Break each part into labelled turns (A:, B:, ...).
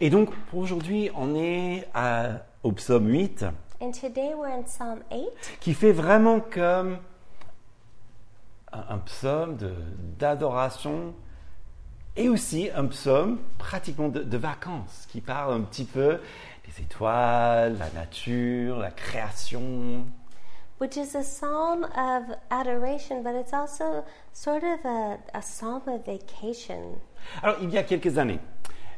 A: Et donc, pour aujourd'hui, on est à, au psaume 8,
B: And today we're in Psalm 8,
A: qui fait vraiment comme un, un psaume de- d'adoration et aussi un psaume pratiquement de, de vacances, qui parle un petit peu des étoiles, la nature, la création.
B: which is a psalm of adoration, but it's also sort of a, a psalm of vacation.
A: Alors, il y a quelques années,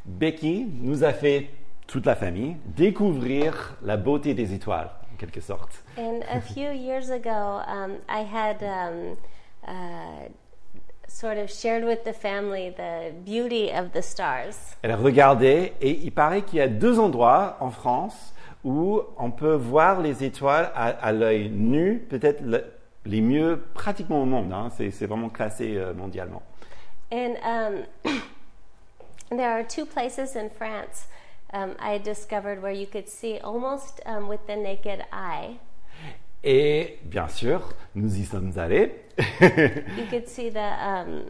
A: Becky nous a fait, toute la famille, découvrir la beauté des étoiles, en quelque sorte.
B: And a few years ago, um, I had um, uh, sort of shared with the family the beauty of the stars.
A: Elle regardait et il paraît qu'il y a deux endroits en France où on peut voir les étoiles à, à l'œil nu, peut-être le- les mieux pratiquement au monde. hein. C'est c'est vraiment classé euh, mondialement.
B: And um, there are two places in France um, I discovered where you could see almost um, with the naked eye.
A: Et bien sûr, nous y sommes allés.
B: You could see the. Um,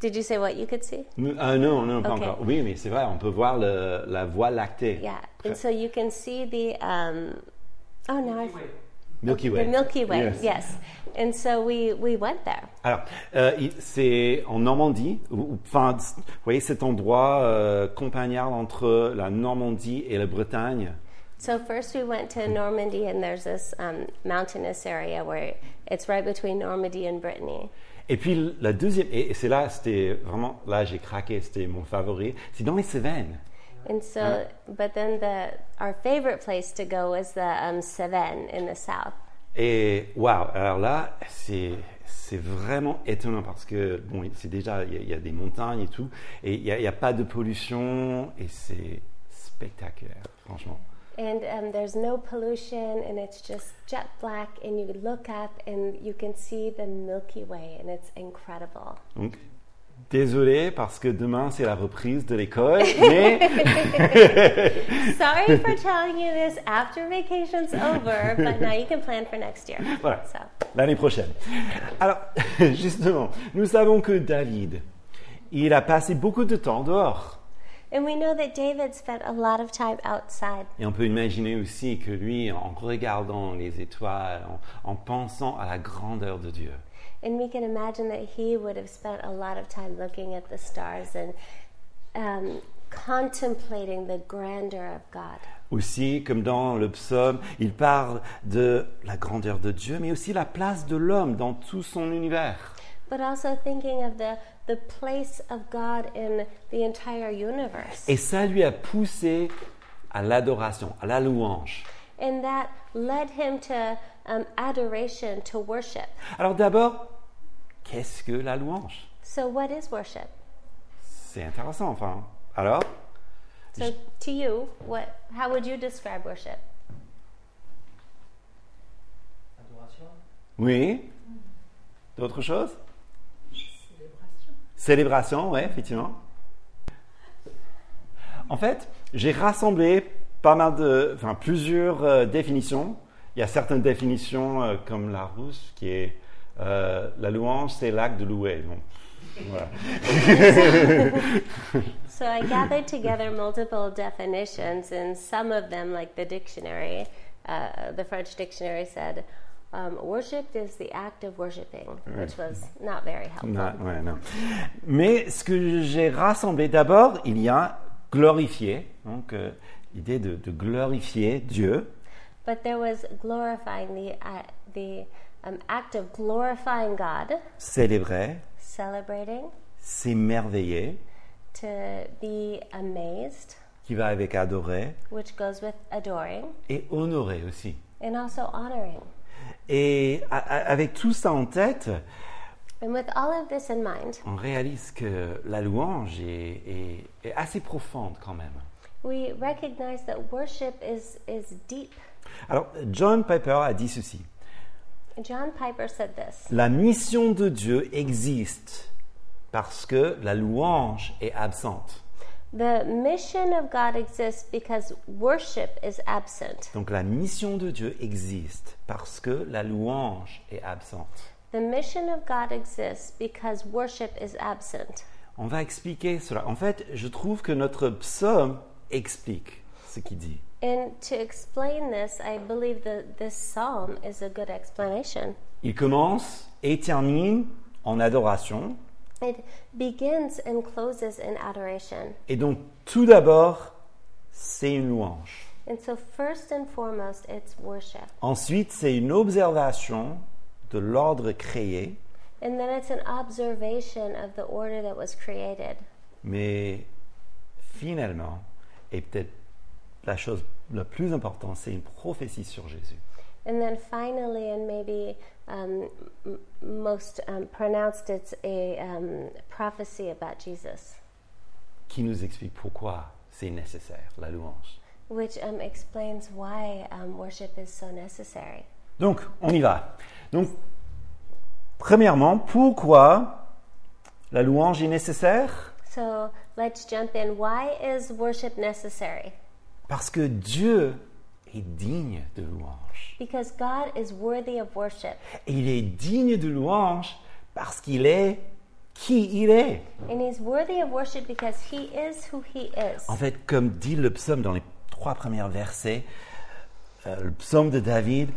B: did you say what you could see?
A: Nous- ah non, non, pas
B: Ok.
A: encore. Oui, mais c'est vrai, on peut voir le- la voie lactée.
B: Yeah, and so you can see the. Um, oh no, I,
A: Milky Way.
B: the Milky Way.
A: Yes.
B: yes, and so we we went there.
A: Alors, euh, il- c'est en Normandie, ou- ou- enfin, c- vous voyez cet endroit euh, compagnard entre la Normandie et la Bretagne.
B: So first we went to Normandy, and there's this um, mountainous area where it's right between Normandy and Brittany.
A: Et puis la deuxième, et et c'est là, c'était vraiment, là j'ai craqué, c'était mon favori, c'est dans les Cévennes.
B: And so, but then the our favorite place to go was the um, Cevennes in the south.
A: Et waouh, alors là, c'est c'est vraiment étonnant parce que, bon, c'est déjà, il y, a- il y a des montagnes et tout, et il n'y a, il y a pas de pollution, et c'est spectaculaire, franchement.
B: And um, there's no pollution, and it's just jet black. And you look up, and you can see the Milky Way, and it's incredible.
A: Donc, désolé parce que demain c'est la reprise de l'école, mais
B: Sorry for telling you this after vacation's over, but now you can plan for next year.
A: Voilà.
B: So,
A: l'année prochaine. Alors, justement, nous savons que David, il a passé beaucoup de temps dehors.
B: and we know that David spent a lot of time outside.
A: Et on peut imaginer aussi que lui, en regardant les étoiles, en, en pensant à la grandeur de Dieu.
B: And we can imagine that he would have spent a lot of time looking at the stars and um, contemplating the grandeur of God.
A: Aussi, comme dans le psaume, il parle de la grandeur de Dieu, mais aussi la place de l'homme dans tout son univers.
B: But also thinking of the, the place of God in the entire universe.
A: Et ça lui a poussé à l'adoration, à la louange.
B: And that led him to um, adoration, to worship.
A: Alors d'abord, qu'est-ce que la louange
B: So, what is worship?
A: C'est intéressant, enfin. Alors,
B: So, to you, what? How would you describe worship?
C: Adoration,
A: oui D'autres choses Célébration, oui, effectivement. En fait, j'ai rassemblé pas mal de, enfin, plusieurs euh, définitions. Il y a certaines définitions euh, comme la rousse qui est euh, la louange, c'est l'acte de louer. Bon, voilà.
B: So I gathered together multiple definitions, and some of them, like the dictionary, uh, the French dictionary said, um, "Worship is the act of worshiping," which was not very helpful.
A: Non, ouais, non. Mais ce que j'ai rassemblé d'abord, il y a glorifier, donc euh, l'idée de, de glorifier Dieu.
B: But there was glorifying the uh, the um, act of glorifying God,
A: célébrer,
B: celebrating,
A: s'émerveiller,
B: to be amazed,
A: qui va avec adorer,
B: which goes with adoring,
A: et honorer aussi.
B: and also honoring.
A: Et a- a- avec tout ça en tête,
B: And with all of this in mind,
A: on réalise que la louange est, est- est assez profonde quand même.
B: we recognize that worship is is deep.
A: Alors, John Piper a dit ceci.
B: John Piper said this
A: La mission de Dieu existe parce que la louange est absente.
B: The mission of God exists because worship is absent.
A: Donc la mission de Dieu existe parce que la louange est absente.
B: The mission of God exists because worship is absent.
A: On va expliquer cela. En fait, je trouve que notre psaume explique ce qu'il dit.
B: And to explain this, I believe that this psalm is a good explanation.
A: Il commence et termine en adoration.
B: It begins and closes in adoration.
A: Et donc, tout d'abord, c'est une louange.
B: And so, first and foremost, it's worship.
A: Ensuite, c'est une observation de l'ordre créé,
B: And then it's an observation of the order that was created.
A: mais finalement, et peut-être la chose la plus importante, c'est une prophétie sur Jésus.
B: And then finally, and maybe um, m- most um, pronounced, it's a um, prophecy about Jesus,
A: qui nous explique pourquoi c'est nécessaire, la louange.
B: which um, explains why um, worship is so necessary.
A: Donc, on y va. Donc, premièrement, pourquoi la louange est nécessaire
B: So let's jump in. Why is worship necessary?
A: Parce que Dieu est digne de louange.
B: Because God is worthy of worship,
A: Et il est digne de louange parce qu'il est qui il est.
B: and He's worthy of worship because He is who He is.
A: En fait, comme dit le psaume dans les trois premiers versets, euh, le psaume de David,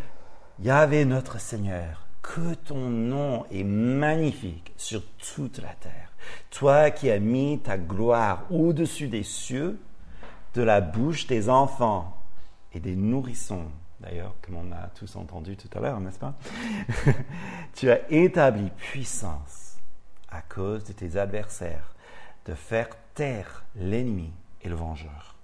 A: Yahvé notre Seigneur, que ton nom est magnifique sur toute la terre. Toi qui as mis ta gloire au-dessus des cieux, de la bouche des enfants et des nourrissons, d'ailleurs, comme on a tous entendu tout à l'heure, n'est-ce pas Tu as établi puissance à cause de tes adversaires, de faire taire l'ennemi et le vengeur.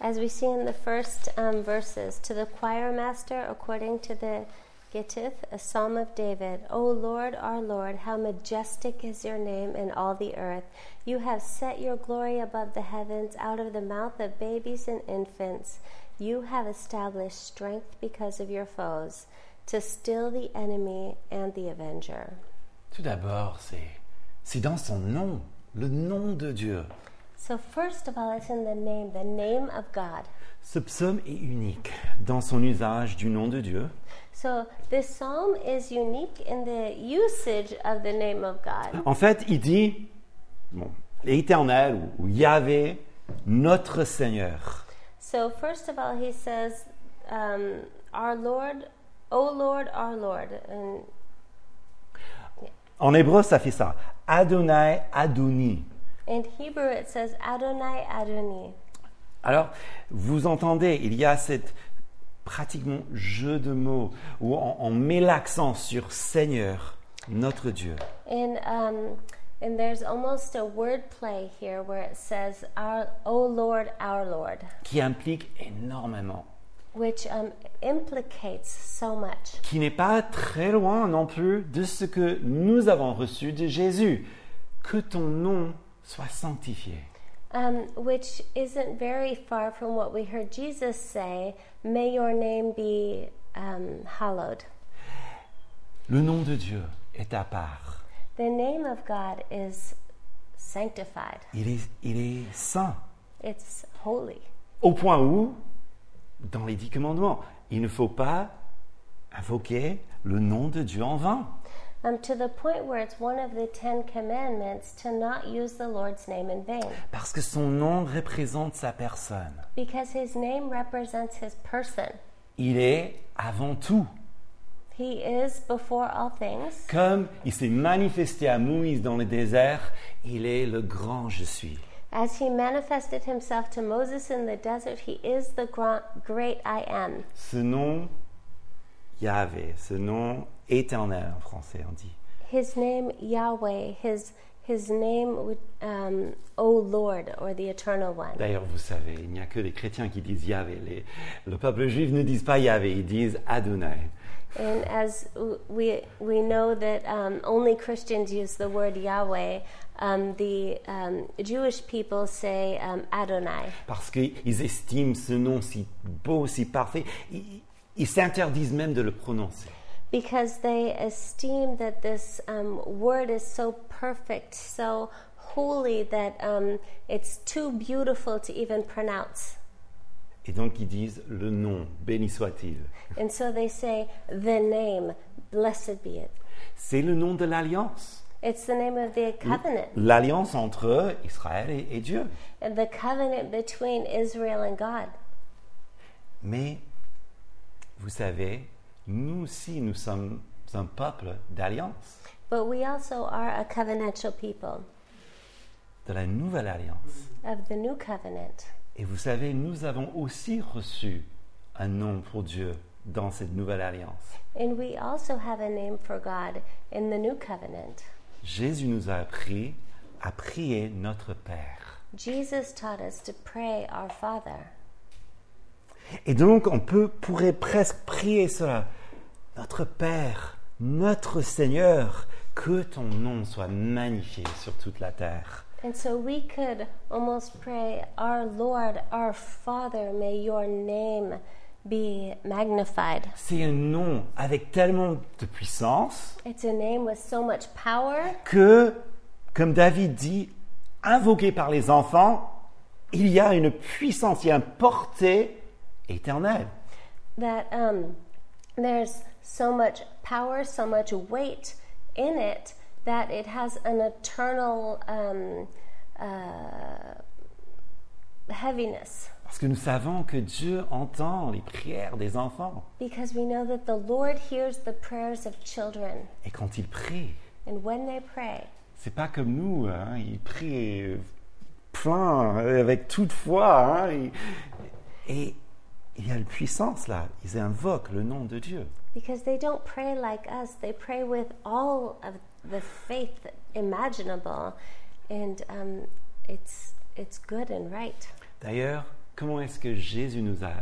B: As we see in the first um, verses, to the choir master, according to the Gittith, a psalm of David, O Lord, our Lord, how majestic is your name in all the earth. You have set your glory above the heavens, out of the mouth of babies and infants. You have established strength because of your foes, to still the enemy and the avenger.
A: Tout d'abord, c'est c'est dans son nom, le nom de Dieu.
B: So, first of all, it's in the name, the name of God.
A: Ce psaume est unique dans son usage du nom de Dieu,
B: So this psalm is unique in the usage of the name of God.
A: En fait, il dit, bon, l'Éternel ou, ou Yahvé, notre Seigneur.
B: So first of all, he says, um, "Our Lord, O Lord, our Lord." And
A: En hébreu, ça fait ça. Adonai, Adoni.
B: in Hebrew, it says Adonai, Adonai.
A: Alors, vous entendez, il y a cette pratiquement jeu de mots où on, on met l'accent sur Seigneur, notre Dieu.
B: And um, and there's almost a word play here where it says, "Our O Lord, our Lord,"
A: qui implique énormément,
B: which um, implicates so much.
A: qui n'est pas très loin non plus de ce que nous avons reçu de Jésus. Que ton nom soit sanctifié.
B: um, which isn't very far from what we heard Jesus say May your name be um, hallowed.
A: Le nom de Dieu est à part.
B: The name of God is sanctified,
A: Il est, il est saint.
B: it's holy.
A: Au point où, dans les dix commandements, il ne faut pas invoquer le nom de Dieu en vain.
B: Um, to the point where it's one of the Ten Commandments to not use the Lord's name in vain,
A: Parce que son nom représente sa personne.
B: because his name represents his person.
A: Il est avant tout.
B: He is before all things.
A: Comme il s'est manifesté à Moïse dans le désert, il est le grand je suis.
B: As he manifested himself to Moses in the desert, he is the gra- great I am.
A: Ce nom, Yahvé, ce nom éternel en français, on dit.
B: His name Yahweh, his his name would um, O Lord or the Eternal One.
A: D'ailleurs, vous savez, il n'y a que les chrétiens qui disent Yahvé. Les- le peuple juif ne disent pas Yahvé, ils disent Adonai.
B: And as w- we we know that um, only Christians use the word Yahweh, um, the um, Jewish people say um, Adonai
A: Parce qu'ils estiment ce nom si beau, si parfait. Ils ils s'interdisent même de le prononcer.
B: because they esteem that this um, word is so perfect, so holy that um, it's too beautiful to even pronounce.
A: Et donc, ils disent le nom, béni soit-il.
B: And so they say the name, blessed be it.
A: C'est le nom de l'alliance.
B: It's the name of the covenant,
A: l'alliance entre Israël et, et Dieu.
B: and the covenant between Israel and God.
A: Mais, vous savez, nous aussi, nous sommes un peuple d'alliance,
B: But we also are a covenantal people
A: de la nouvelle alliance.
B: of the new covenant.
A: Et vous savez, nous avons aussi reçu un nom pour Dieu dans cette nouvelle alliance.
B: And we also have a name for God in the new covenant.
A: Jésus nous a appris à prier notre Père.
B: Jesus taught us to pray our Father.
A: Et donc, on peut, pourrait presque prier cela. Notre Père, notre Seigneur, que ton nom soit magnifié sur toute la terre.
B: And so we could almost pray, Our Lord, our Father, may your name be magnified.
A: C'est un nom avec tellement de puissance
B: It's a name with so much power
A: que, comme David dit, invoqué par les enfants, il y a une puissance, il y a une portée éternelle.
B: that um, there's so much power, so much weight in it that it has an eternal um, uh, heaviness.
A: Parce que nous savons que Dieu entend les prières des enfants.
B: Because we know that the Lord hears the prayers of children,
A: Et quand il prie,
B: and when they pray,
A: c'est pas comme nous, hein, il prie euh, plein, euh, avec toute foi. hein, et, et il y a une puissance là, ils invoquent le nom de Dieu.
B: because they don't pray like us, they pray with all of the faith imaginable, and um, it's it's good and right.
A: D'ailleurs, comment est-ce que Jésus nous a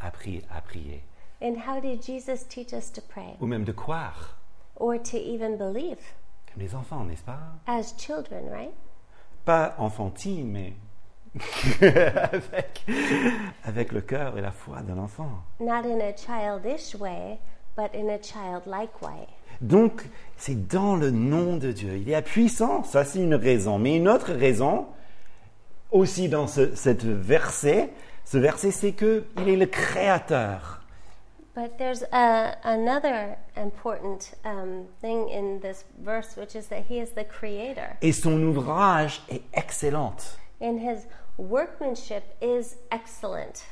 A: appris à prier
B: And how did Jesus teach us to pray,
A: Ou même de croire,
B: or to even believe,
A: comme les enfants, n'est-ce pas
B: as children, right?
A: Pas enfantine, mais avec, avec le cœur et la foi d'un enfant.
B: Not in a childish way, but in a childlike way.
A: Donc, c'est dans le nom de Dieu. Il y a puissance, ça c'est une raison. Mais une autre raison, aussi dans ce cette verset, ce verset, c'est que il est le créateur.
B: But there's a, another important um, thing in this verse, which is that he is the creator,
A: Et son ouvrage est excellent.
B: and his workmanship is excellent.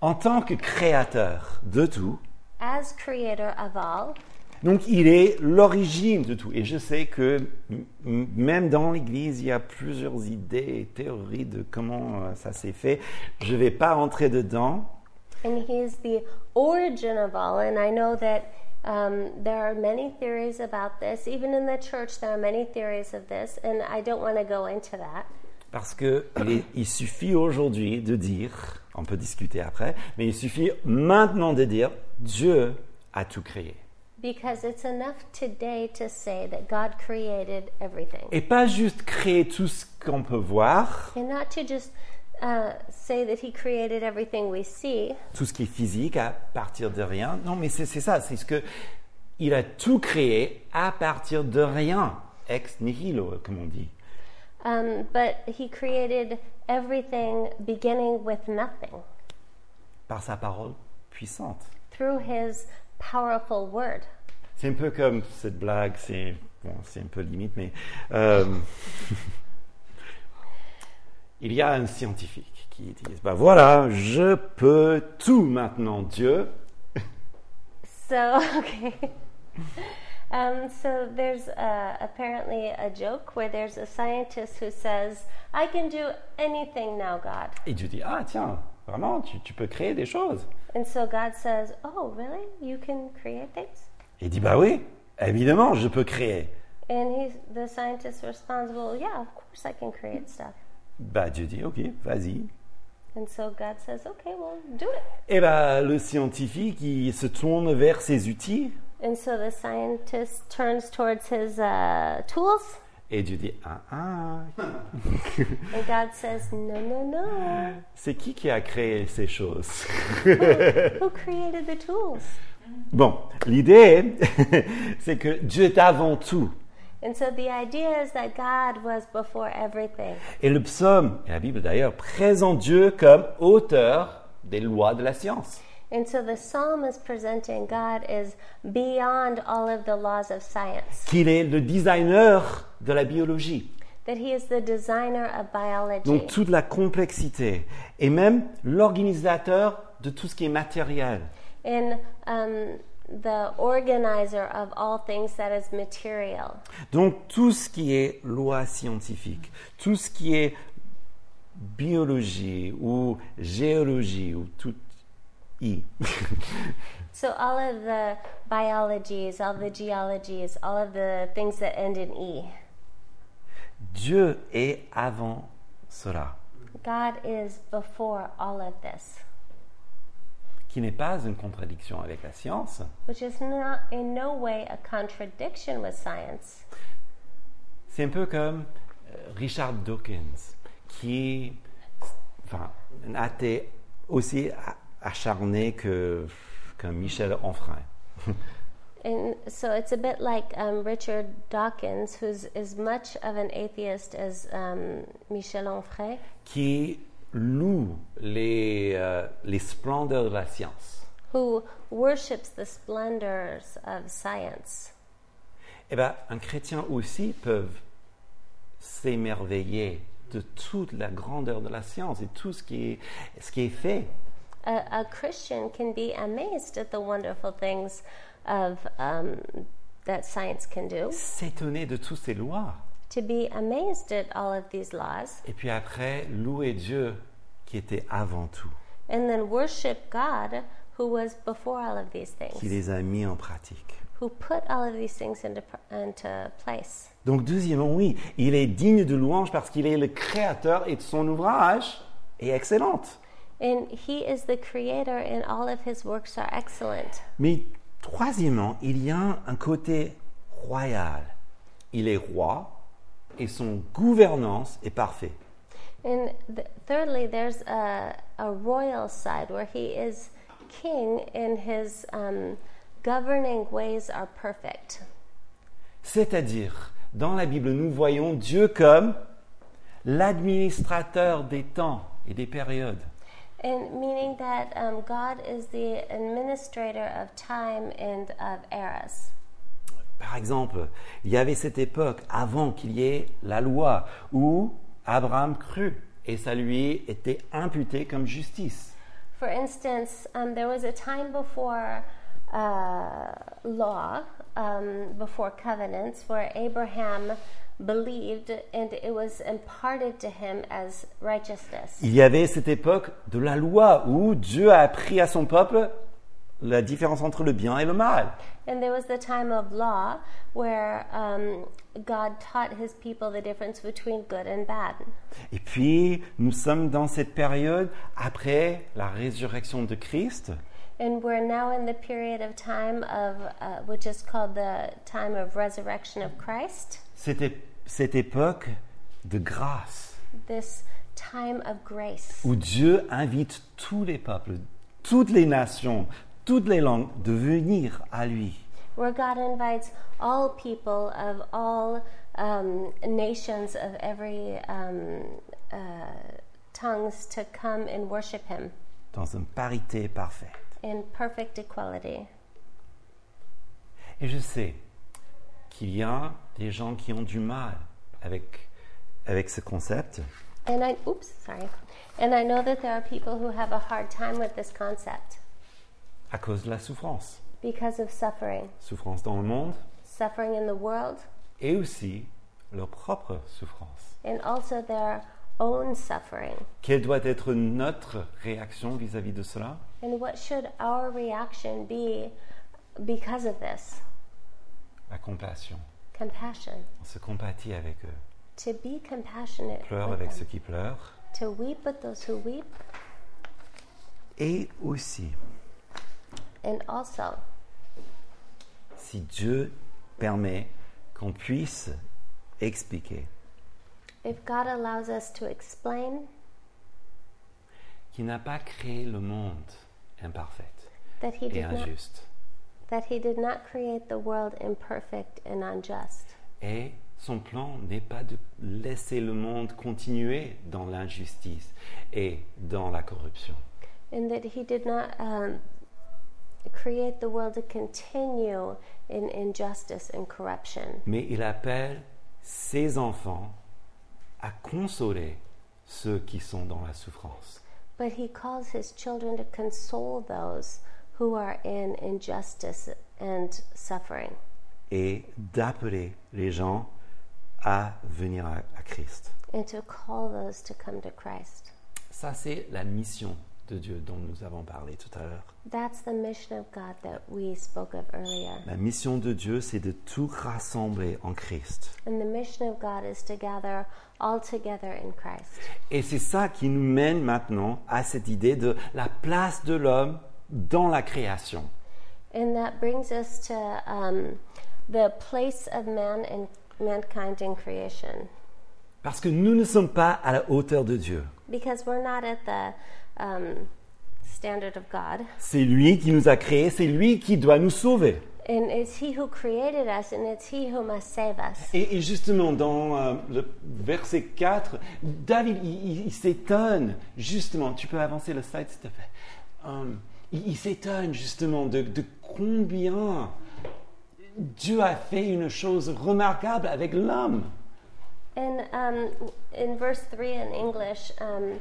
A: En tant que créateur de tout,
B: As creator of all,
A: donc il est l'origine de tout. Et je sais que m- m- même dans l'Église, il y a plusieurs idées et théories de comment euh, ça s'est fait. Je ne vais pas rentrer dedans.
B: and he's the origin of all. And I know that um, there are many theories about this. Even in the church, there are many theories of this, and I don't want to go into that.
A: Parce que il, est- il suffit aujourd'hui de dire, on peut discuter après, mais il suffit maintenant de dire Dieu a tout créé.
B: Because it's enough today to say that God created everything.
A: Et pas juste créer tout ce qu'on peut voir,
B: And not to just uh, say that He created everything we see,
A: tout ce qui est physique à partir de rien. Non, mais c'est c'est ça, c'est ce que il a tout créé à partir de rien, ex nihilo, comme on dit.
B: um, but He created everything beginning with nothing
A: Par sa parole puissante.
B: through His powerful word.
A: C'est un peu comme cette blague, c'est bon, c'est un peu limite, mais euh, il y a un scientifique qui dit bah voilà, je peux tout maintenant, Dieu.
B: So, okay. Um, so there's uh, apparently a joke where there's a scientist who says, "I can do anything now, God,"
A: Et Dieu dit ah tiens, vraiment, tu, tu peux créer des choses.
B: and so God says, "Oh, really? You can create things?"
A: Il dit bah oui, évidemment, je peux créer.
B: And he's, the scientist responds, Well, yeah, of course I can create stuff.
A: Bah Dieu dit ok, vas-y.
B: And so God says, Okay, well, do it.
A: Et bah le scientifique il se tourne vers ses outils
B: And so the scientist turns towards his uh, tools,
A: et Dieu dit ah ah.
B: and God says, No, no, no.
A: C'est qui qui a créé ces choses
B: Who created the tools?
A: Bon, l'idée, c'est que Dieu est avant tout.
B: And so the idea is that God was before everything.
A: Et le psaume, et la Bible d'ailleurs, présente Dieu comme auteur des lois de la science.
B: And so the psalm is presenting God is beyond all of the laws of science,
A: qu'il est le designer de la biologie.
B: that He is the designer of biology.
A: Donc toute la complexité et même l'organisateur de tout ce qui est matériel.
B: and um, the organizer of all things that is material.
A: Donc tout ce qui est loi scientifique, tout ce qui est biologie ou géologie ou tout i.
B: So all of the biologies, all the geologies, all of the things that end in E.
A: Dieu est avant cela,
B: God is before all of this,
A: qui n'est pas une contradiction avec la science.
B: which is not in no way a contradiction with science.
A: C'est un peu comme euh, Richard Dawkins, qui enfin, un athée aussi a- acharné que, que Michel Onfray.
B: And so it's a bit like um, Richard Dawkins, who's as much of an atheist as um, Michel Onfray,
A: qui loue les, euh, les splendeurs de la science.
B: who worships the splendors of science.
A: Eh bien, un chrétien aussi peut s'émerveiller de toute la grandeur de la science et tout ce qui est, ce qui est fait.
B: A, a Christian can be amazed at the wonderful things of um, that science can do.
A: S'étonner de toutes ces lois.
B: to be amazed at all of these laws
A: Et puis après, louer Dieu qui était avant tout,
B: and then worship God who was before all of these
A: qui
B: things,
A: les a mis en pratique.
B: who put all of these things into, pr- into place.
A: Donc deuxièmement, oui, il est digne de louange parce qu'il est le créateur et son ouvrage est excellente.
B: And He is the creator, and all of His works are excellent.
A: Mais troisièmement, il y a un côté royal. Il est roi et son gouvernance est parfait.
B: And th- thirdly, there's a, a royal side where He is king, and His um, governing ways are perfect.
A: C'est-à-dire, dans la Bible, nous voyons Dieu comme l'administrateur des temps et des périodes.
B: And meaning that um, God is the administrator of time and of eras.
A: Par exemple, il y avait cette époque avant qu'il y ait la loi où Abraham crut et ça lui était imputé comme justice.
B: For instance, um, there was a time before uh, law, um, before covenants, where Abraham believed and it was imparted to him as righteousness.
A: Il y avait cette époque de la loi où Dieu a appris à son peuple la différence entre le bien et le mal.
B: And there was the time of law where um, God taught his people the difference between good and bad.
A: Et puis, nous sommes dans cette période après la résurrection de Christ,
B: And we're now in the period of time of, uh, which is called the time of resurrection of Christ,
A: cette, ép- cette époque de grâce
B: this time of grace.
A: où Dieu invite tous les peuples, toutes les nations, toutes les langues de venir à lui.
B: where God invites all people of all um, nations of every um, uh, tongues to come and worship Him
A: dans une parité parfaite.
B: in perfect equality.
A: Et je sais qu'il y a des gens qui ont du mal avec, avec ce concept.
B: And I, oops, sorry. And I know that there are people who have a hard time with this concept
A: à cause de la souffrance.
B: because of suffering,
A: Souffrance dans le monde
B: suffering in the world,
A: et aussi leur propre souffrance.
B: and also their own suffering.
A: Quelle doit être notre réaction vis-à-vis de cela
B: And what should our reaction be because of this?
A: La compassion.
B: Compassion.
A: On se compatit avec eux.
B: To be compassionate.
A: Pleure
B: with
A: avec
B: them.
A: ceux qui pleurent.
B: to weep with those who weep,
A: Et aussi,
B: and also,
A: si Dieu permet qu'on puisse expliquer
B: if God allows us to explain
A: qu'il n'a pas créé le monde imparfait
B: that He
A: et
B: did not
A: injuste.
B: that He did not create the world imperfect and unjust,
A: Et son plan n'est pas de laisser le monde continuer dans l'injustice et dans la corruption.
B: and that He did not um, create the world to continue in injustice and corruption.
A: mais il appelle ses enfants à consoler ceux qui sont dans la souffrance.
B: But he calls his children to console those who are in injustice and suffering,
A: et d'appeler les gens à venir à, à Christ.
B: and to call those to come to Christ.
A: Ça, c'est la mission de Dieu dont nous avons parlé tout à l'heure.
B: That's the mission of God that we spoke of earlier.
A: La mission de Dieu, c'est de tout rassembler en Christ.
B: And the mission of God is to gather all together in Christ.
A: Et c'est ça qui nous mène maintenant à cette idée de la place de l'homme dans la création.
B: And that brings us to um, the place of man and mankind in creation.
A: Parce que nous ne sommes pas à la hauteur de Dieu.
B: Because we're not at the um, standard of God.
A: C'est lui qui nous a créés, c'est lui qui doit nous sauver.
B: And it's He who created us, and it's He who must save us.
A: Et, et justement, dans euh, le verset 4, David, il, il- il s'étonne, justement, tu peux avancer le slide, s'il te plaît. Hum, il il s'étonne, justement, de, de combien Dieu a fait une chose remarquable avec l'homme.
B: And um, in verse 3 in English, um,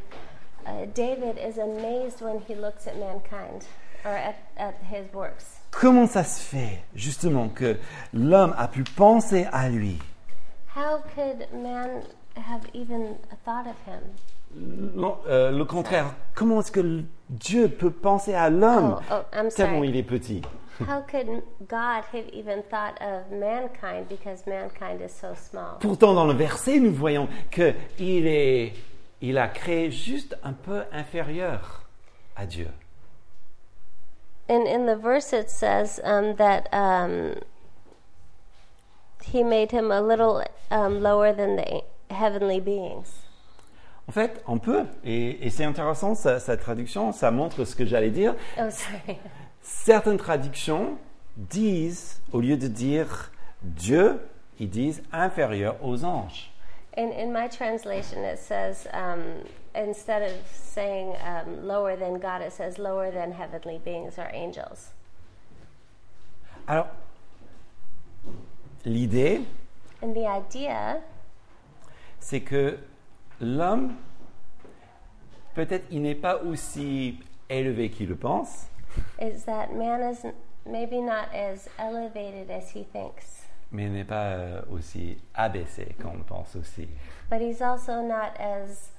B: uh, David is amazed when he looks at mankind or at, at his works.
A: Comment ça se fait, justement, que l'homme a pu penser à lui
B: How could man have even thought of him?
A: Non, euh, Le contraire, comment est-ce que Dieu peut penser à l'homme
B: Oh, oh, I'm
A: tellement
B: sorry.
A: il est petit
B: How could God have even thought of mankind because mankind is so small?
A: Pourtant, dans le verset, nous voyons que il est, il a créé juste un peu inférieur à Dieu.
B: And in the verse, it says um, that um, he made him a little um, lower than the a- heavenly beings.
A: En fait, on peut, et, et c'est intéressant sa, sa traduction, ça montre ce que j'allais dire.
B: Oh, sorry.
A: Certaines traductions disent, au lieu de dire Dieu, ils disent inférieur aux anges.
B: In, in my translation, it says um, instead of saying um, lower than God, it says lower than heavenly beings or angels.
A: Alors, l'idée,
B: And the idea
A: c'est que l'homme, peut-être, il n'est pas aussi élevé qu'il le pense.
B: is that man is n- maybe not as elevated as he thinks,
A: mais n'est pas euh, aussi abaissé qu'on le pense aussi.
B: but he's also not as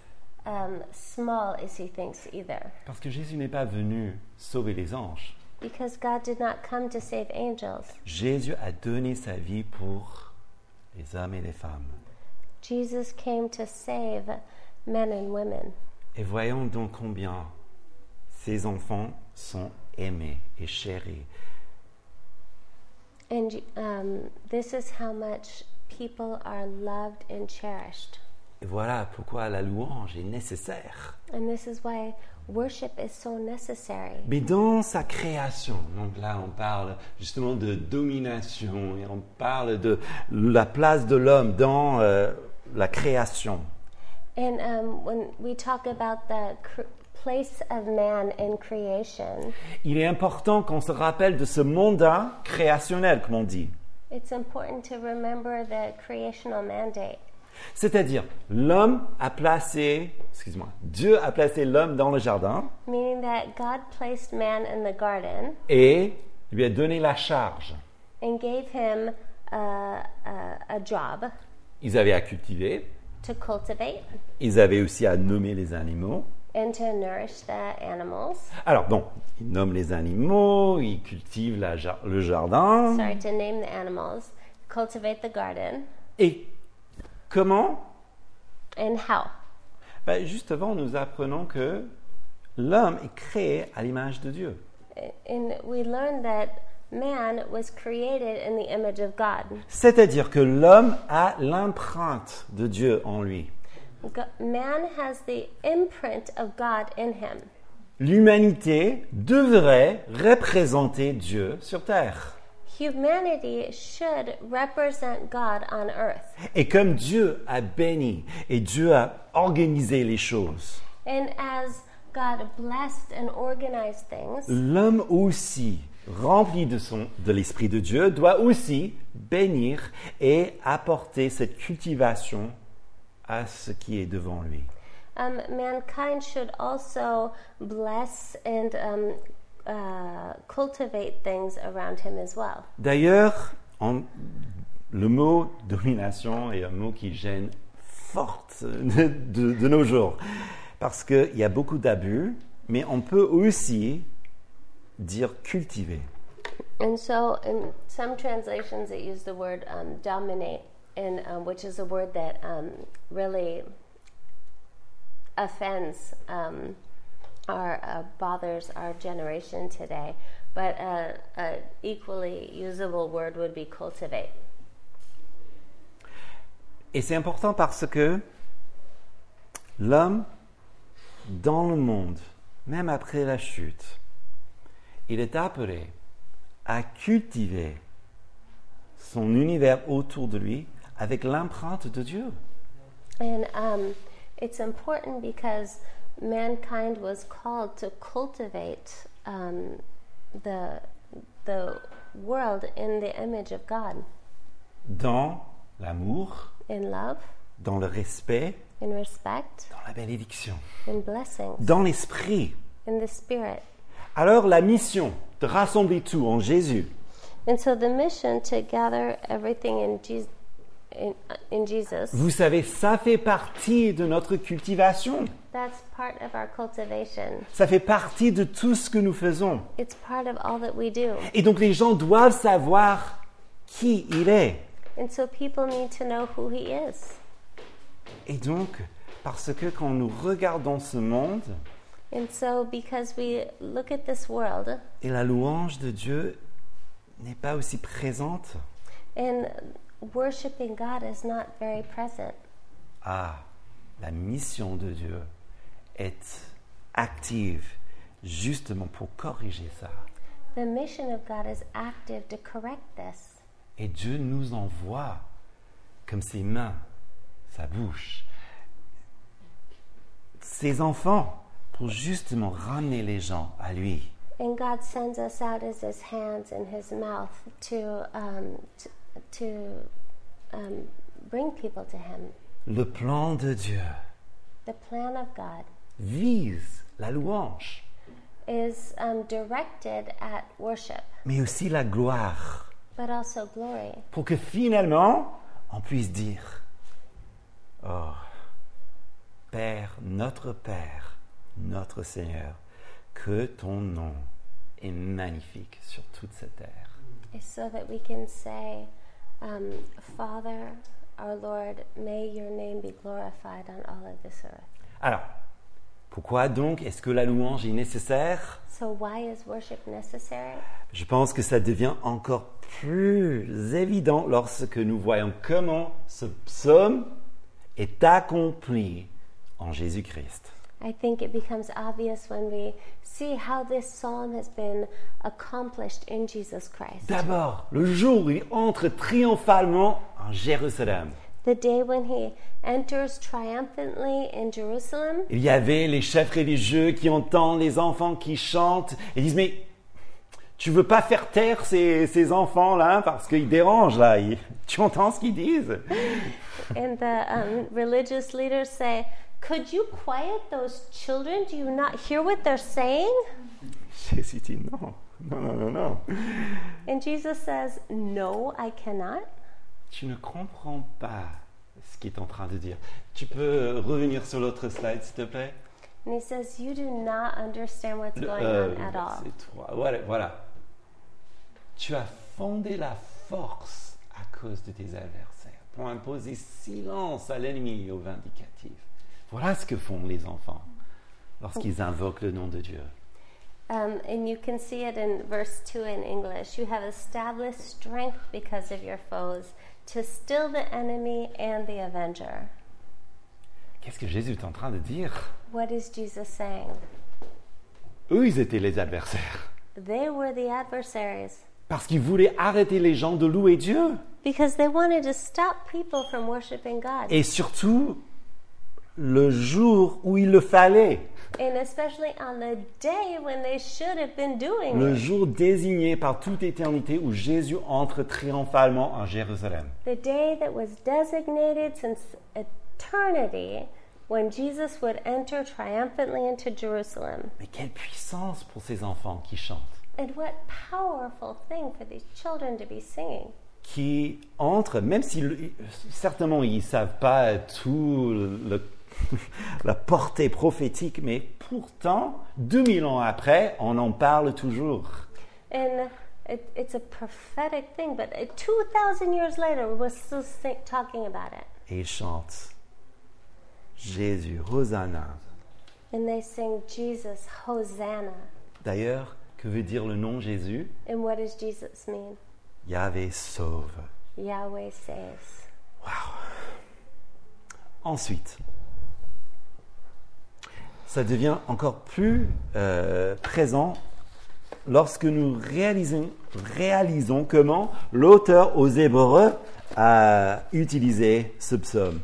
B: um, small as he thinks either.
A: Parce que Jésus n'est pas venu sauver les anges.
B: Because God did not come to save angels,
A: Jésus a donné sa vie pour les hommes et les femmes.
B: Jesus came to save men and women.
A: Et voyons donc combien ces enfants sont aimés et chéris.
B: And um, this is how much people are loved and cherished.
A: Et voilà pourquoi la louange est nécessaire.
B: And this is why worship is so necessary.
A: Mais dans sa création, donc là on parle justement de domination et on parle de la place de l'homme dans euh, la création.
B: And um, when we talk about the cr- place of man in creation,
A: Il est important qu'on se rappelle de ce mandat créationnel, comme on dit.
B: it's important to remember the creational mandate.
A: C'est-à-dire, l'homme a placé, excuse-moi, Dieu a placé l'homme dans le jardin
B: Meaning that God placed man in the garden
A: et lui a donné la charge.
B: and gave him uh, a, a job
A: Ils avaient à cultiver,
B: to cultivate
A: ils avaient aussi à nommer les animaux.
B: and to nourish the animals.
A: Alors bon, ils nomment les animaux, ils cultivent la jar- le jardin.
B: Sorry, to name the animals, cultivate the garden,
A: Et comment
B: and how.
A: ben, Juste avant, nous apprenons que l'homme est créé à l'image de Dieu.
B: And we learned that man was created in the image of God.
A: C'est-à-dire que l'homme a l'empreinte de Dieu en lui.
B: Go- Man has the imprint of God in him.
A: L'humanité devrait représenter Dieu sur terre.
B: Humanity should represent God on earth.
A: Et comme Dieu a béni et Dieu a organisé les choses,
B: And as God blessed and organized things,
A: l'homme aussi rempli de, son- de l'Esprit de Dieu, doit aussi bénir et apporter cette cultivation à ce qui est devant lui.
B: Um, mankind should also bless and um, uh, cultivate things around him as well.
A: D'ailleurs, en- le mot domination est un mot qui gêne fort de, de- de nos jours, parce qu'il y a beaucoup d'abus, mais on peut aussi dire cultiver.
B: And so, in some translations, it used the word um, dominate, and um, which is a word that um, really offends um, or uh, bothers our generation today. But uh, an equally usable word would be cultivate.
A: Et c'est important parce que l'homme, dans le monde, même après la chute, il est appelé à cultiver son univers autour de lui avec l'empreinte de Dieu.
B: And um, it's important because mankind was called to cultivate um, the the world in the image of God,
A: dans l'amour,
B: in love,
A: dans le respect,
B: in respect,
A: dans la bénédiction,
B: in blessings,
A: dans l'esprit.
B: in the spirit.
A: Alors la mission de rassembler tout en Jésus
B: And so the mission to gather everything in Jesus. In, in Jesus,
A: Vous savez, ça fait partie de notre cultivation.
B: that's part of our cultivation.
A: Ça fait partie de tout ce que nous faisons.
B: It's part of all that we do.
A: Et donc les gens doivent savoir qui il est.
B: And so people need to know who He is.
A: Et donc, parce que quand nous regardons ce monde,
B: And so, because we look at this world,
A: et la louange de Dieu n'est pas aussi présente,
B: And worshiping God is not very present.
A: Ah, la mission de Dieu est active justement pour corriger ça.
B: The mission of God is active to correct this.
A: Et Dieu nous envoie comme ses mains, sa bouche, ses enfants pour justement ramener les gens à lui.
B: And God sends us out as His hands and His mouth to um, t- to um, bring people to Him.
A: Le plan de Dieu
B: The plan of God
A: vise la louange,
B: is um, directed at worship,
A: mais aussi la gloire,
B: but also glory,
A: pour que finalement on puisse dire Oh, Père, notre Père, notre Seigneur, que ton nom est magnifique sur toute cette terre.
B: is so that we can say, um, Father, our Lord, may Your name be glorified on all of this earth.
A: Alors, pourquoi donc est-ce que la louange est nécessaire
B: So why is worship necessary?
A: Je pense que ça devient encore plus évident lorsque nous voyons comment ce psaume est accompli en Jésus-Christ.
B: I think it becomes obvious when we see how this psalm has been accomplished in Jesus Christ.
A: D'abord, le jour où il entre triomphalement en Jérusalem.
B: The day when he enters triumphantly in Jerusalem,
A: Il y avait les chefs religieux qui entendent les enfants qui chantent et disent mais tu veux pas faire taire ces, ces enfants là parce qu'ils dérangent là. Ils- tu entends ce qu'ils disent
B: and the um, religious leaders say, Could you quiet those children? Do you not hear what they're saying?
A: Jésus dit non, non, non, non, non.
B: And Jesus says, No, I cannot.
A: Tu ne comprends pas ce qu'il est en train de dire. Tu peux euh, revenir sur l'autre slide s'il te plaît.
B: And he says, You do not understand what's
A: Le-
B: going
A: euh,
B: on at all.
A: c'est trois. Voilà, voilà. Tu as fondé la force à cause de tes adversaires pour imposer silence à l'ennemi et au vindicatif. Voilà ce que font les enfants lorsqu'ils invoquent le nom de Dieu.
B: Um, and you can see it in verse 2 in English. You have established strength because of your foes to still the enemy and the avenger.
A: Qu'est-ce que Jésus est en train de dire
B: What is Jesus saying?
A: Eux, ils étaient les adversaires
B: They were the adversaries
A: parce qu'ils voulaient arrêter les gens de louer Dieu
B: because they wanted to stop people from worshiping God.
A: et surtout le jour où il le fallait.
B: and especially on the day when they should have been doing
A: le
B: it,
A: jour désigné par toute éternité où Jésus entre triomphalement en Jérusalem.
B: the day that was designated since eternity when Jesus would enter triumphantly into Jerusalem.
A: Mais quelle puissance pour ces enfants qui chantent,
B: And what powerful thing for these children to be singing.
A: qui entrent, même si le- certainement ils ne savent pas tout le- la portée prophétique, mais pourtant, 2000 ans après, on en parle toujours.
B: And it, it's a prophetic thing, but uh, 2,000 years later, we're still sing- talking about it.
A: Et ils chantent Jésus, Hosanna.
B: And they sing, Jesus, Hosanna.
A: D'ailleurs, que veut dire le nom Jésus
B: And what does Jesus mean?
A: Yahvé sauve.
B: Yahweh saves.
A: Ensuite, ça devient encore plus euh, présent lorsque nous réalisons, réalisons comment l'auteur aux Hébreux a utilisé ce psaume.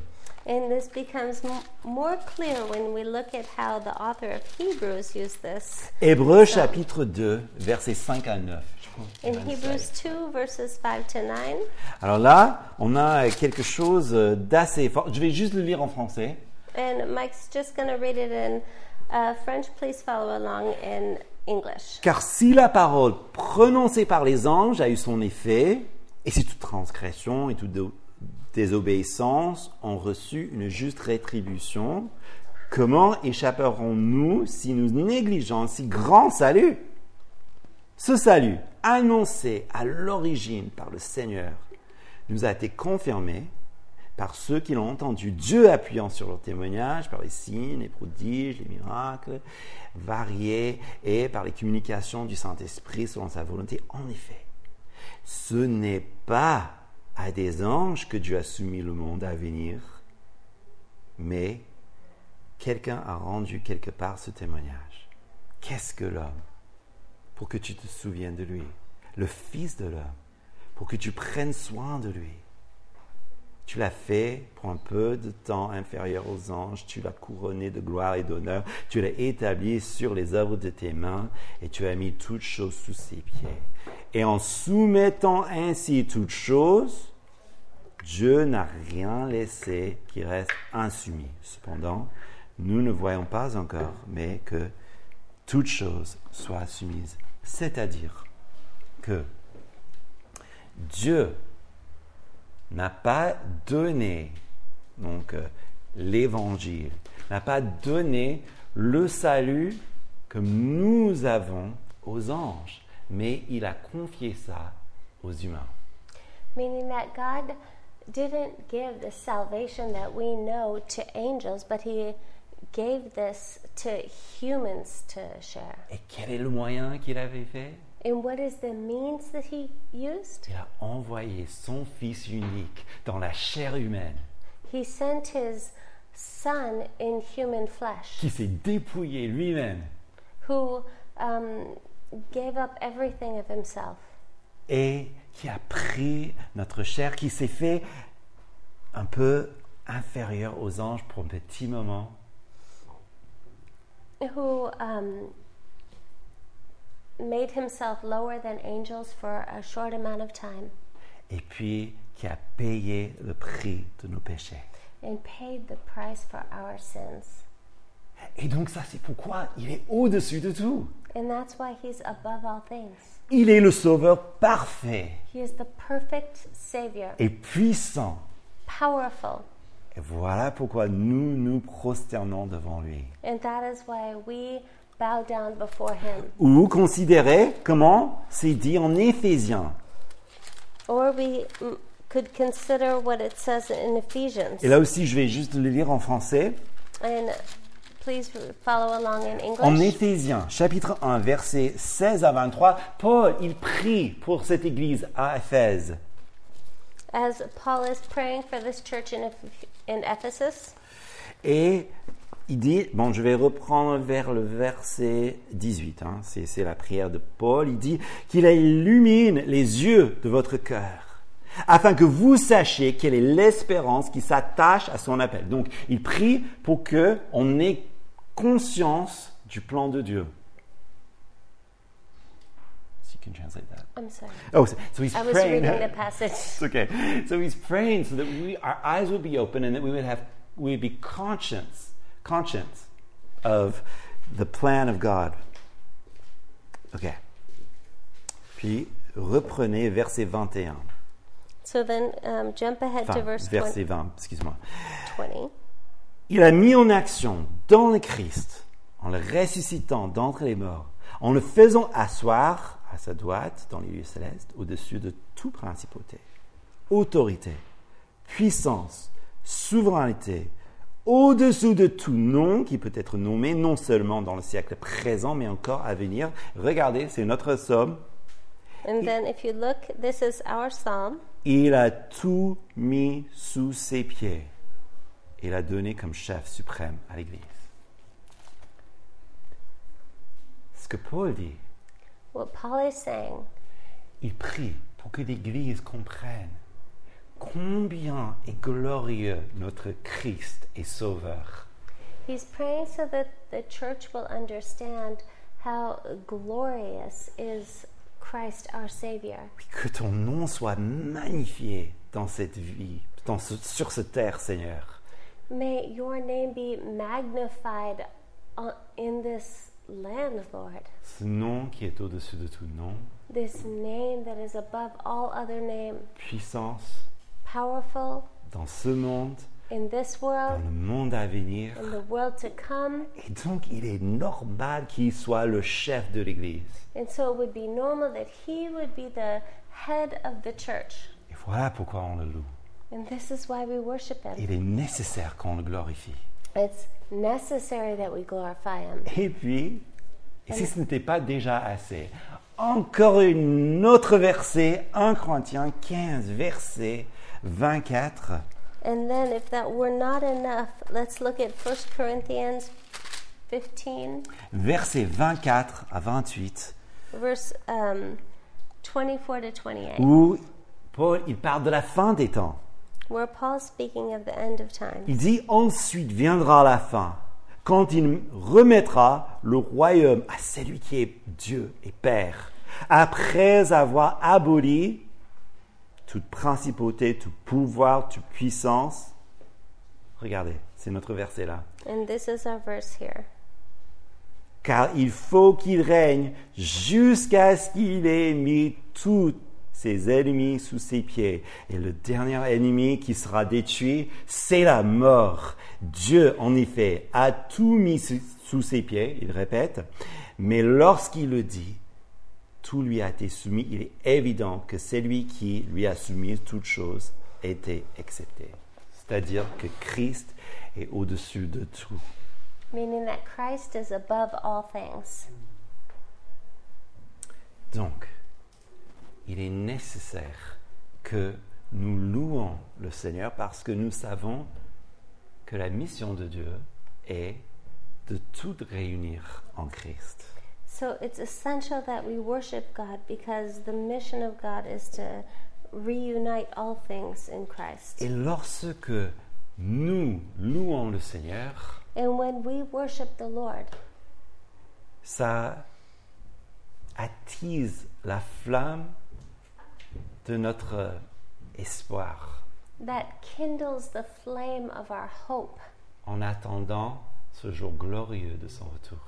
B: And this becomes m- more clear when we look at how the author of Hebrews used this
A: Hébreux chapitre 2, versets 5 à 9. je crois.
B: in Hebrews 2, verses 5 to 9.
A: Alors là, on a quelque chose euh, d'assez fort. Je vais juste le lire en français.
B: And Mike's just going to read it in uh, French. Please follow along in English.
A: Car si la parole prononcée par les anges a eu son effet, et si toute transgression et toute dé- désobéissance ont reçu une juste rétribution, comment échapperons-nous si nous négligeons un si grand salut Ce salut, annoncé à l'origine par le Seigneur, nous a été confirmé par ceux qui l'ont entendu, Dieu appuyant sur leur témoignage, par les signes, les prodiges, les miracles variés et par les communications du Saint-Esprit selon sa volonté. En effet, ce n'est pas à des anges que Dieu a soumis le monde à venir, mais quelqu'un a rendu quelque part ce témoignage. Qu'est-ce que l'homme pour que tu te souviennes de lui Le Fils de l'homme pour que tu prennes soin de lui tu l'as fait pour un peu de temps inférieur aux anges, tu l'as couronné de gloire et d'honneur, tu l'as établi sur les œuvres de tes mains, et tu as mis toutes choses sous ses pieds. Et en soumettant ainsi toutes choses, Dieu n'a rien laissé qui reste insoumis. Cependant, nous ne voyons pas encore, mais que toutes choses soient soumises. C'est-à-dire que Dieu n'a pas donné donc euh, l'évangile, n'a pas donné le salut que nous avons aux anges, mais il a confié ça aux humains.
B: Meaning that God didn't give the salvation that we know to angels, but He gave this to humans to share.
A: Et quel est le moyen qu'il avait fait
B: And what is the means that He used?
A: Il a envoyé son Fils unique dans la chair humaine,
B: He sent His Son in human flesh,
A: qui s'est dépouillé lui-même
B: who um, gave up everything of Himself.
A: et qui a pris notre chair, qui s'est fait un peu inférieur aux anges pour un petit moment
B: who um, made himself lower than angels for a short amount of time
A: et puis qui a payé le prix de nos péchés.
B: and paid the price for our sins.
A: Et donc ça, c'est pourquoi il est au-dessus de tout.
B: And that's why he's above all things.
A: Il est le sauveur parfait
B: He is the perfect Savior,
A: et puissant.
B: powerful.
A: Et voilà pourquoi nous nous prosternons devant lui.
B: And that is why we bow down before him.
A: Ou considérez comment c'est dit en Éphésiens.
B: Or we mm, could consider what it says in Ephesians.
A: Et là aussi, je vais juste le lire en français.
B: And please follow along in English.
A: En Éphésiens, chapitre 1, versets 16 à 23, Paul, il prie pour cette église à Éphèse.
B: As Paul is praying for this church in, Eph- in Ephesus,
A: Et il dit, bon, je vais reprendre vers le verset 18, hein, c'est c'est la prière de Paul, il dit qu'il illumine les yeux de votre cœur, afin que vous sachiez quelle est l'espérance qui s'attache à son appel. Donc, il prie pour que on ait conscience du plan de Dieu. So you can translate that.
B: I'm sorry.
A: Oh, so, so he's
B: I was
A: praying.
B: reading the passage.
A: It's okay. So he's praying so that we, our eyes would be open and that we would have, we would be conscience, conscience of the plan of God. Okay. Puis reprenez verset 21.
B: So then um, jump ahead to
A: Enfin,
B: verse
A: verset 20, excuse-moi.
B: 20.
A: Il a mis en action dans le Christ, en le ressuscitant d'entre les morts, en le faisant asseoir à sa droite dans les lieux célestes, au-dessus de toute principauté, autorité, puissance, souveraineté, au-dessous de tout nom qui peut être nommé non seulement dans le siècle présent, mais encore à venir. Regardez, c'est notre somme.
B: And then if you look, this is our psalm.
A: Il a tout mis sous ses pieds et l'a donné comme chef suprême à l'Église. Ce que Paul dit,
B: What Paul is saying
A: il prie pour que l'Église comprenne combien est glorieux notre Christ et Sauveur.
B: He's praying so that the church will understand how glorious is Christ our Savior.
A: Puis que ton nom soit magnifié dans cette vie, dans ce- sur cette terre, Seigneur.
B: May your name be magnified on- in this land, Lord.
A: Ce nom qui est au-dessus de tout nom,
B: This name that is above all other name,
A: puissance
B: powerful
A: dans ce monde,
B: in this
A: dans
B: world,
A: le monde à venir.
B: in the world to come.
A: Et donc, il est normal qu'il soit le chef de l'Église.
B: And so it would be normal that he would be the head of the church.
A: Et voilà pourquoi on le loue.
B: And this is why we worship him.
A: Il est nécessaire qu'on le glorifie.
B: It's necessary that we glorify him.
A: Et puis, et si ce n'était pas déjà assez, encore une autre verset, 1 Corinthiens 15, verset 24.
B: And then, if that were not enough, let's look at 1 Corinthians 15,
A: Verset 24 à 28,
B: verse um, 24 to 28,
A: où Paul, il parle de la fin des temps.
B: where Paul's speaking of the end of time.
A: Il dit ensuite viendra la fin, quand il remettra le royaume à celui qui est Dieu et Père, après avoir aboli toute principauté, tout pouvoir, toute puissance. Regardez, c'est notre verset là.
B: And this is our verse here.
A: Car il faut qu'il règne jusqu'à ce qu'il ait mis tous ses ennemis sous ses pieds. Et le dernier ennemi qui sera détruit, c'est la mort. Dieu, en effet, a tout mis sous- sous ses pieds, il répète, mais lorsqu'il le dit, tout lui a été soumis. Il est évident que celui qui lui a soumis toutes choses était accepté. C'est-à-dire que Christ est au-dessus de tout.
B: Meaning that Christ is above all things.
A: Donc, il est nécessaire que nous louons le Seigneur parce que nous savons que la mission de Dieu est de tout réunir en Christ.
B: So it's essential that we worship God because the mission of God is to reunite all things in Christ.
A: Et lorsque nous louons le Seigneur,
B: And when we worship the Lord,
A: ça attise la flamme de notre espoir
B: that kindles the flame of our hope.
A: en attendant ce jour glorieux de son retour.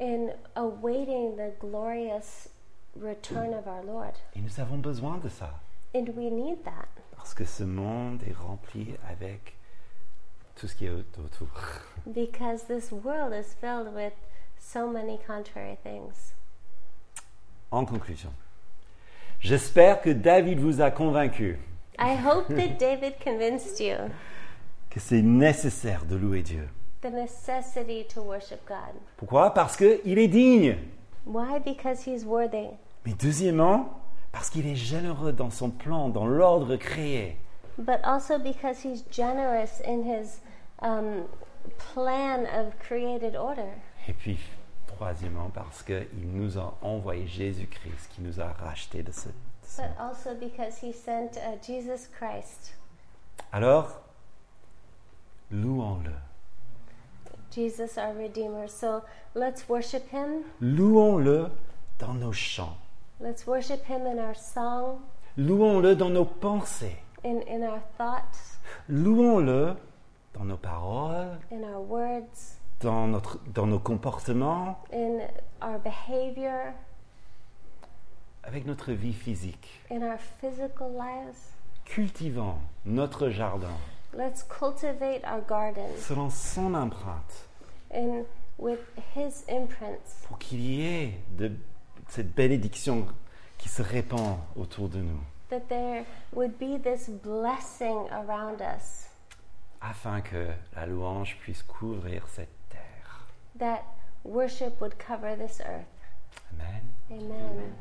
B: in awaiting the glorious return of our Lord.
A: Et nous avons besoin de ça.
B: And we need that
A: Parce que ce monde est rempli avec tout ce qui est autour.
B: because this world is filled with so many contrary things.
A: En conclusion, j'espère que David vous a convaincu
B: I hope that David convinced you
A: que c'est nécessaire de louer Dieu.
B: the necessity to worship God.
A: Pourquoi Parce qu'il est digne.
B: Why? Because he's worthy.
A: Mais deuxièmement, parce qu'il est généreux dans son plan, dans l'ordre créé.
B: But also because he's generous in his um, plan of created order.
A: Et puis, troisièmement, parce qu'il nous a envoyé Jésus-Christ qui nous a rachetés de ce... de ce-
B: But also because he sent uh, Jesus Christ.
A: Alors, louons-le.
B: Jesus, our Redeemer. So let's worship Him.
A: Louons-le dans nos chants.
B: Let's worship Him in our song,
A: Louons-le dans nos pensées.
B: in, in our thoughts,
A: Louons-le dans nos paroles,
B: in our words,
A: dans, notre, dans nos comportements,
B: in our behavior,
A: avec notre vie physique.
B: in our physical lives.
A: Cultivons notre jardin
B: Let's cultivate our garden
A: selon son empreinte
B: in with His imprints
A: pour qu'il y ait de, cette bénédiction qui se répand autour de nous
B: that there would be this blessing around us
A: afin que la louange puisse couvrir cette terre.
B: that worship would cover this earth.
A: Amen.
B: Amen.